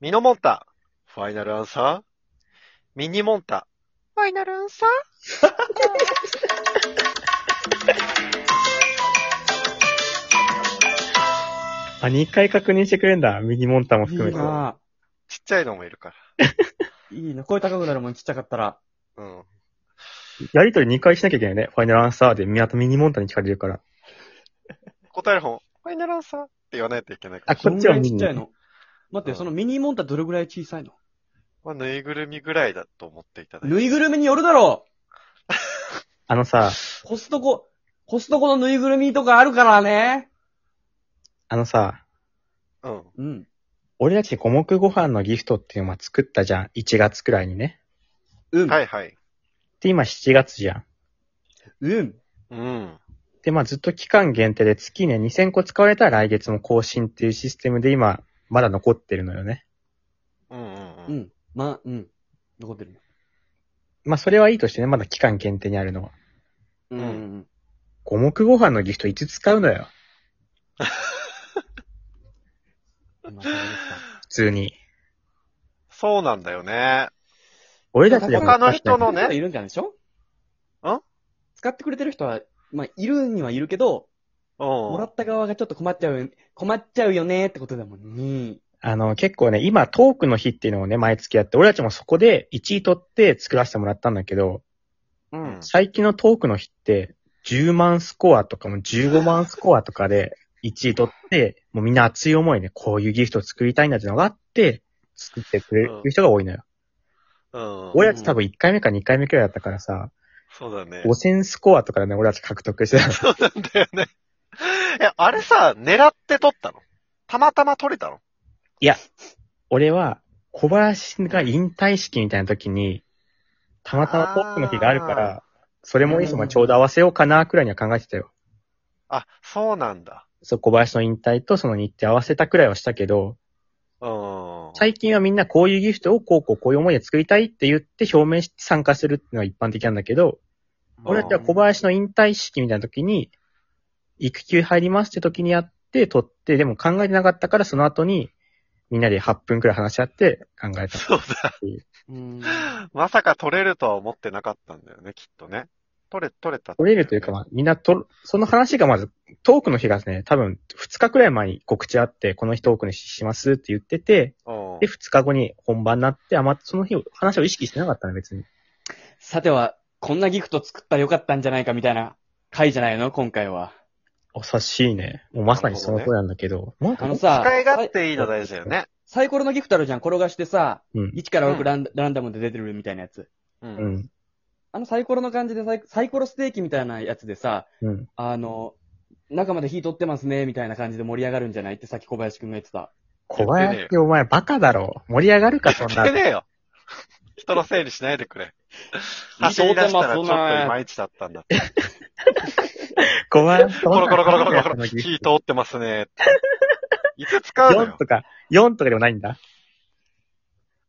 ミノモンタ。ファイナルアンサーミニモンタ。ファイナルアンサーあ、2回確認してくれんだ。ミニモンタもいい含めて。なちっちゃいのもいるかぁ。いいな。声高くなるもん、ちっちゃかったら。ら。うん。やりとり2回しなきゃいけないね。ファイナルアンサーで、宮とミニモンタに聞かれるから。答える方、ファイナルアンサーって言わないといけないから。あ、どこんっぐちらはいミちニっちゃいね。の待って、うんそのミニモンタどれぐらい小さいのまあ、ぬいぐるみぐらいだと思っていただいて。ぬいぐるみによるだろあのさ、うコストコ、コストコのぬいぐるみとかあるからね。あのさ、うん。うん。俺たち五目ご飯のギフトっていうのを作ったじゃん。1月くらいにね。うん。はいはい。で、今7月じゃん。うん。うん。で、まあずっと期間限定で月ね、2000個使われたら来月も更新っていうシステムで今、まだ残ってるのよね。うんうんう。うんん。まあ、うん。残ってるね。まあそれはいいとしてね、まだ期間限定にあるのは。うんんうん。五目ご飯のギフトいつ使うのよ。まあ、そうですか普通に。そうなんだよね。俺たちでも他の人のね使ってくれる人はいるんじゃないでしょん使ってくれてる人は、まあ、いるにはいるけど、うん。もらった側がちょっと困っちゃうよ、困っちゃうよねってことだもんね。あの、結構ね、今トークの日っていうのをね、毎月やって、俺たちもそこで1位取って作らせてもらったんだけど、うん。最近のトークの日って、10万スコアとかも15万スコアとかで1位取って、もうみんな熱い思いね、こういうギフト作りたいんだっていうのがあって、作ってくれる人が多いのよ。うん。俺たち多分1回目か2回目くらいだったからさ、そうだね。 5000スコアとかでね、俺たち獲得してたの。そうなんだよね。 え、あれさ、狙って取ったのたまたま取れたの俺は、小林が引退式みたいな時に、たまたまトークの日があるから、それもいつもちょうど合わせようかな、くらいには考えてたよ。あ、そうなんだ。そう、小林の引退とその日程合わせたくらいはしたけど、うん。最近はみんなこういうギフトをこうこうこういう思いで作りたいって言って表明して参加するっていうのが一般的なんだけど、俺たちは小林の引退式みたいな時に、育休入りますって時にやって、取って、でも考えてなかったからその後に、みんなで8分くらい話し合って考えた。そうだ。うん。 まさか取れるとは思ってなかったんだよね、きっとね。取れ、取れた。取れるというか、まあ、みんなと、その話がまず、トークの日がですね、多分2日くらい前に告知あって、この日トークにしますって言ってて、うん。で、2日後に本番になって、あんまその日を、話を意識してなかったの、別に。さては、こんなギフト作ったらよかったんじゃないかみたいな回じゃないの今回は。お察しいね。もうまさにその通りなんだけど、なんあかのね、さ、使い勝手いいの大事だよね。サイコロのギフトあるじゃん。転がしてさ、うん1からうん6ラン,、ランダムで出てるみたいなやつ。うう。ん、あのサイコロの感じでサイサイコロステーキみたいなやつでさ、うん。あの、中まで火取ってますね、みたいな感じで盛り上がるんじゃないってさっき小林くんが言ってた。小林、お前バカだろ。盛り上がるか、そん言ってな。ねえよ。 人のせいにしないでくれ。いい走と思りって出ましたすらちょっといそんなまいちだったんだって。小林、コロコロコロコロコそんロ、な火通ってますね。いつ使うの4よ。とか、4とかでもないんだ。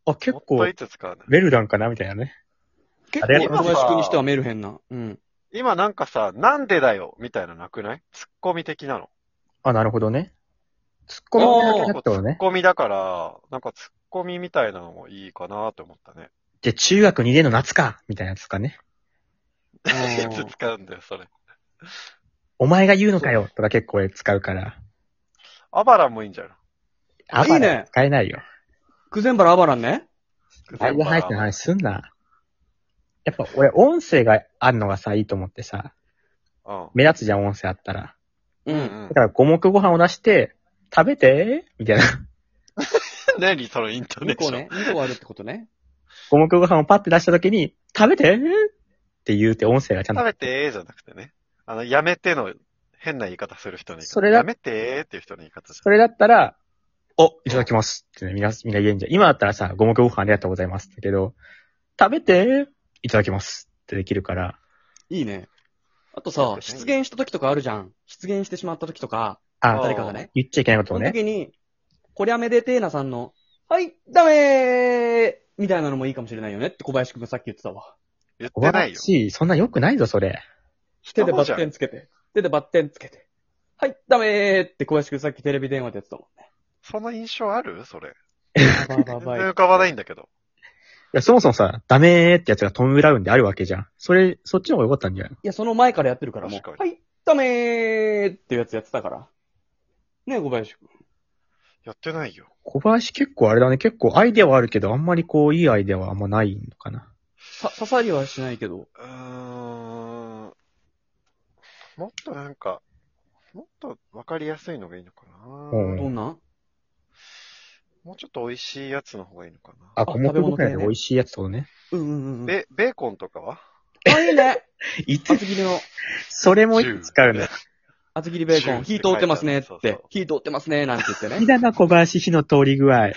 あ、結もっ構とい、つ使うのウェルダンかなみたいなね。結ありがとうご構小ざいます林くんにしてはメルヘンな。うん。今なんかさ、なんでだよみたいなのなくないツッコミ的なの。あ、なるほどね。突っ込みだけだったツのッね。コミだから、なんかツッコミみたいなのもいいかなって思ったね。じゃ、中学2年の夏かみたいなやつかね。 いうんつ使うんだよ、それ。お前が言うのかよとか結構俺使うから。アバラもいいんじゃないあいいね使えないよ。クゼンバラアバランね。だいぶ入ってないすんな。やっぱ俺、音声があるのがさ、いいと思ってさ、うん。目立つじゃん、音声あったら。う。うんんだ。から、五目ご飯を出して、食べてみたいな。 何そのイントネ2ーショ個ン。ね。2個あるってことね。五目ご飯をパッて出した時に、食べてって言うて音声がちゃん食と。べてーじゃなくてね。あの、やめての変な言い方する人の言い方。それだやめてーっていう人の言い方じゃん。それだったら、お、いただきますってね、みんな、みんな言えんじゃん。今だったらさ、五目ご飯ありがとうございますだけど、食べていただきますってできるから、いいね。あと確さ、か出に現した時とかあるじゃん。出現してしまった時とか、あ、あ誰かがね。言っちゃいけないことそをのね。時に、こりゃめでてーなさんの、はい、ダメーみたいなのもいいかもしれないよねって小林くんがさっき言ってたわ。言っ小てないよ。林、そんな良くないぞ、それ。手で人のバじゃッんテンつけて、手でバッテンつけて、はい、ダメーって小林くんさっきテレビ電話でやってたもんね。その印象あるそれ。バイバ イ全バ然イ浮かばないんだけど。や、そもそもさ、ダメーってやつがトム・ブラウンであるわけじゃん。それ、そっちの方が良かったんじゃないのいや、その前からやってるからもう。確かはい、ダメーっていうやつやってたから。ねえ、小林くん。やってないよ。小林結構あれだね、結構アイデアはあるけど、あんまりこう、いいアイデアはあんまないのかな。さ、刺さりはしないけど。うーん。もっとなんか、もっとわかりやすいのがいいのかな、うんどんなんもうちょっと美味しいやつの方がいいのかなあ、小麦粉くらいで美味しいやつとね。うんうんうんうん。ベ、ベーコンとかはあ、い いねい厚切りの、それもいつ使うの厚切りベーコン、ジュー火通ってますねっそうそてう。火通ってますねなんて言っていいね。だな、小林火の通り具合。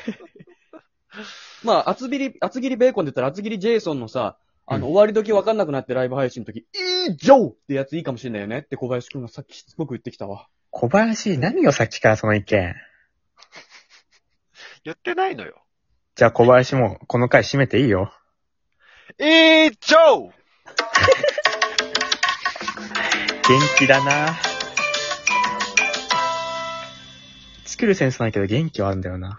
まあ、厚切り、厚切りベーコンで言ったら厚切りジェイソンのさ、あの、う終わり時わかんなくなってライブ配信の時、いいじょうってやついいかもしれないよねって小林くんがさっきしつこく言ってきたわ。小林、何をさっきからその意見。言ってないのよ。じゃあ小林も、この回締めていいよ。えー、ジョー元気だな作るセンスないけど元気はあるんだよな。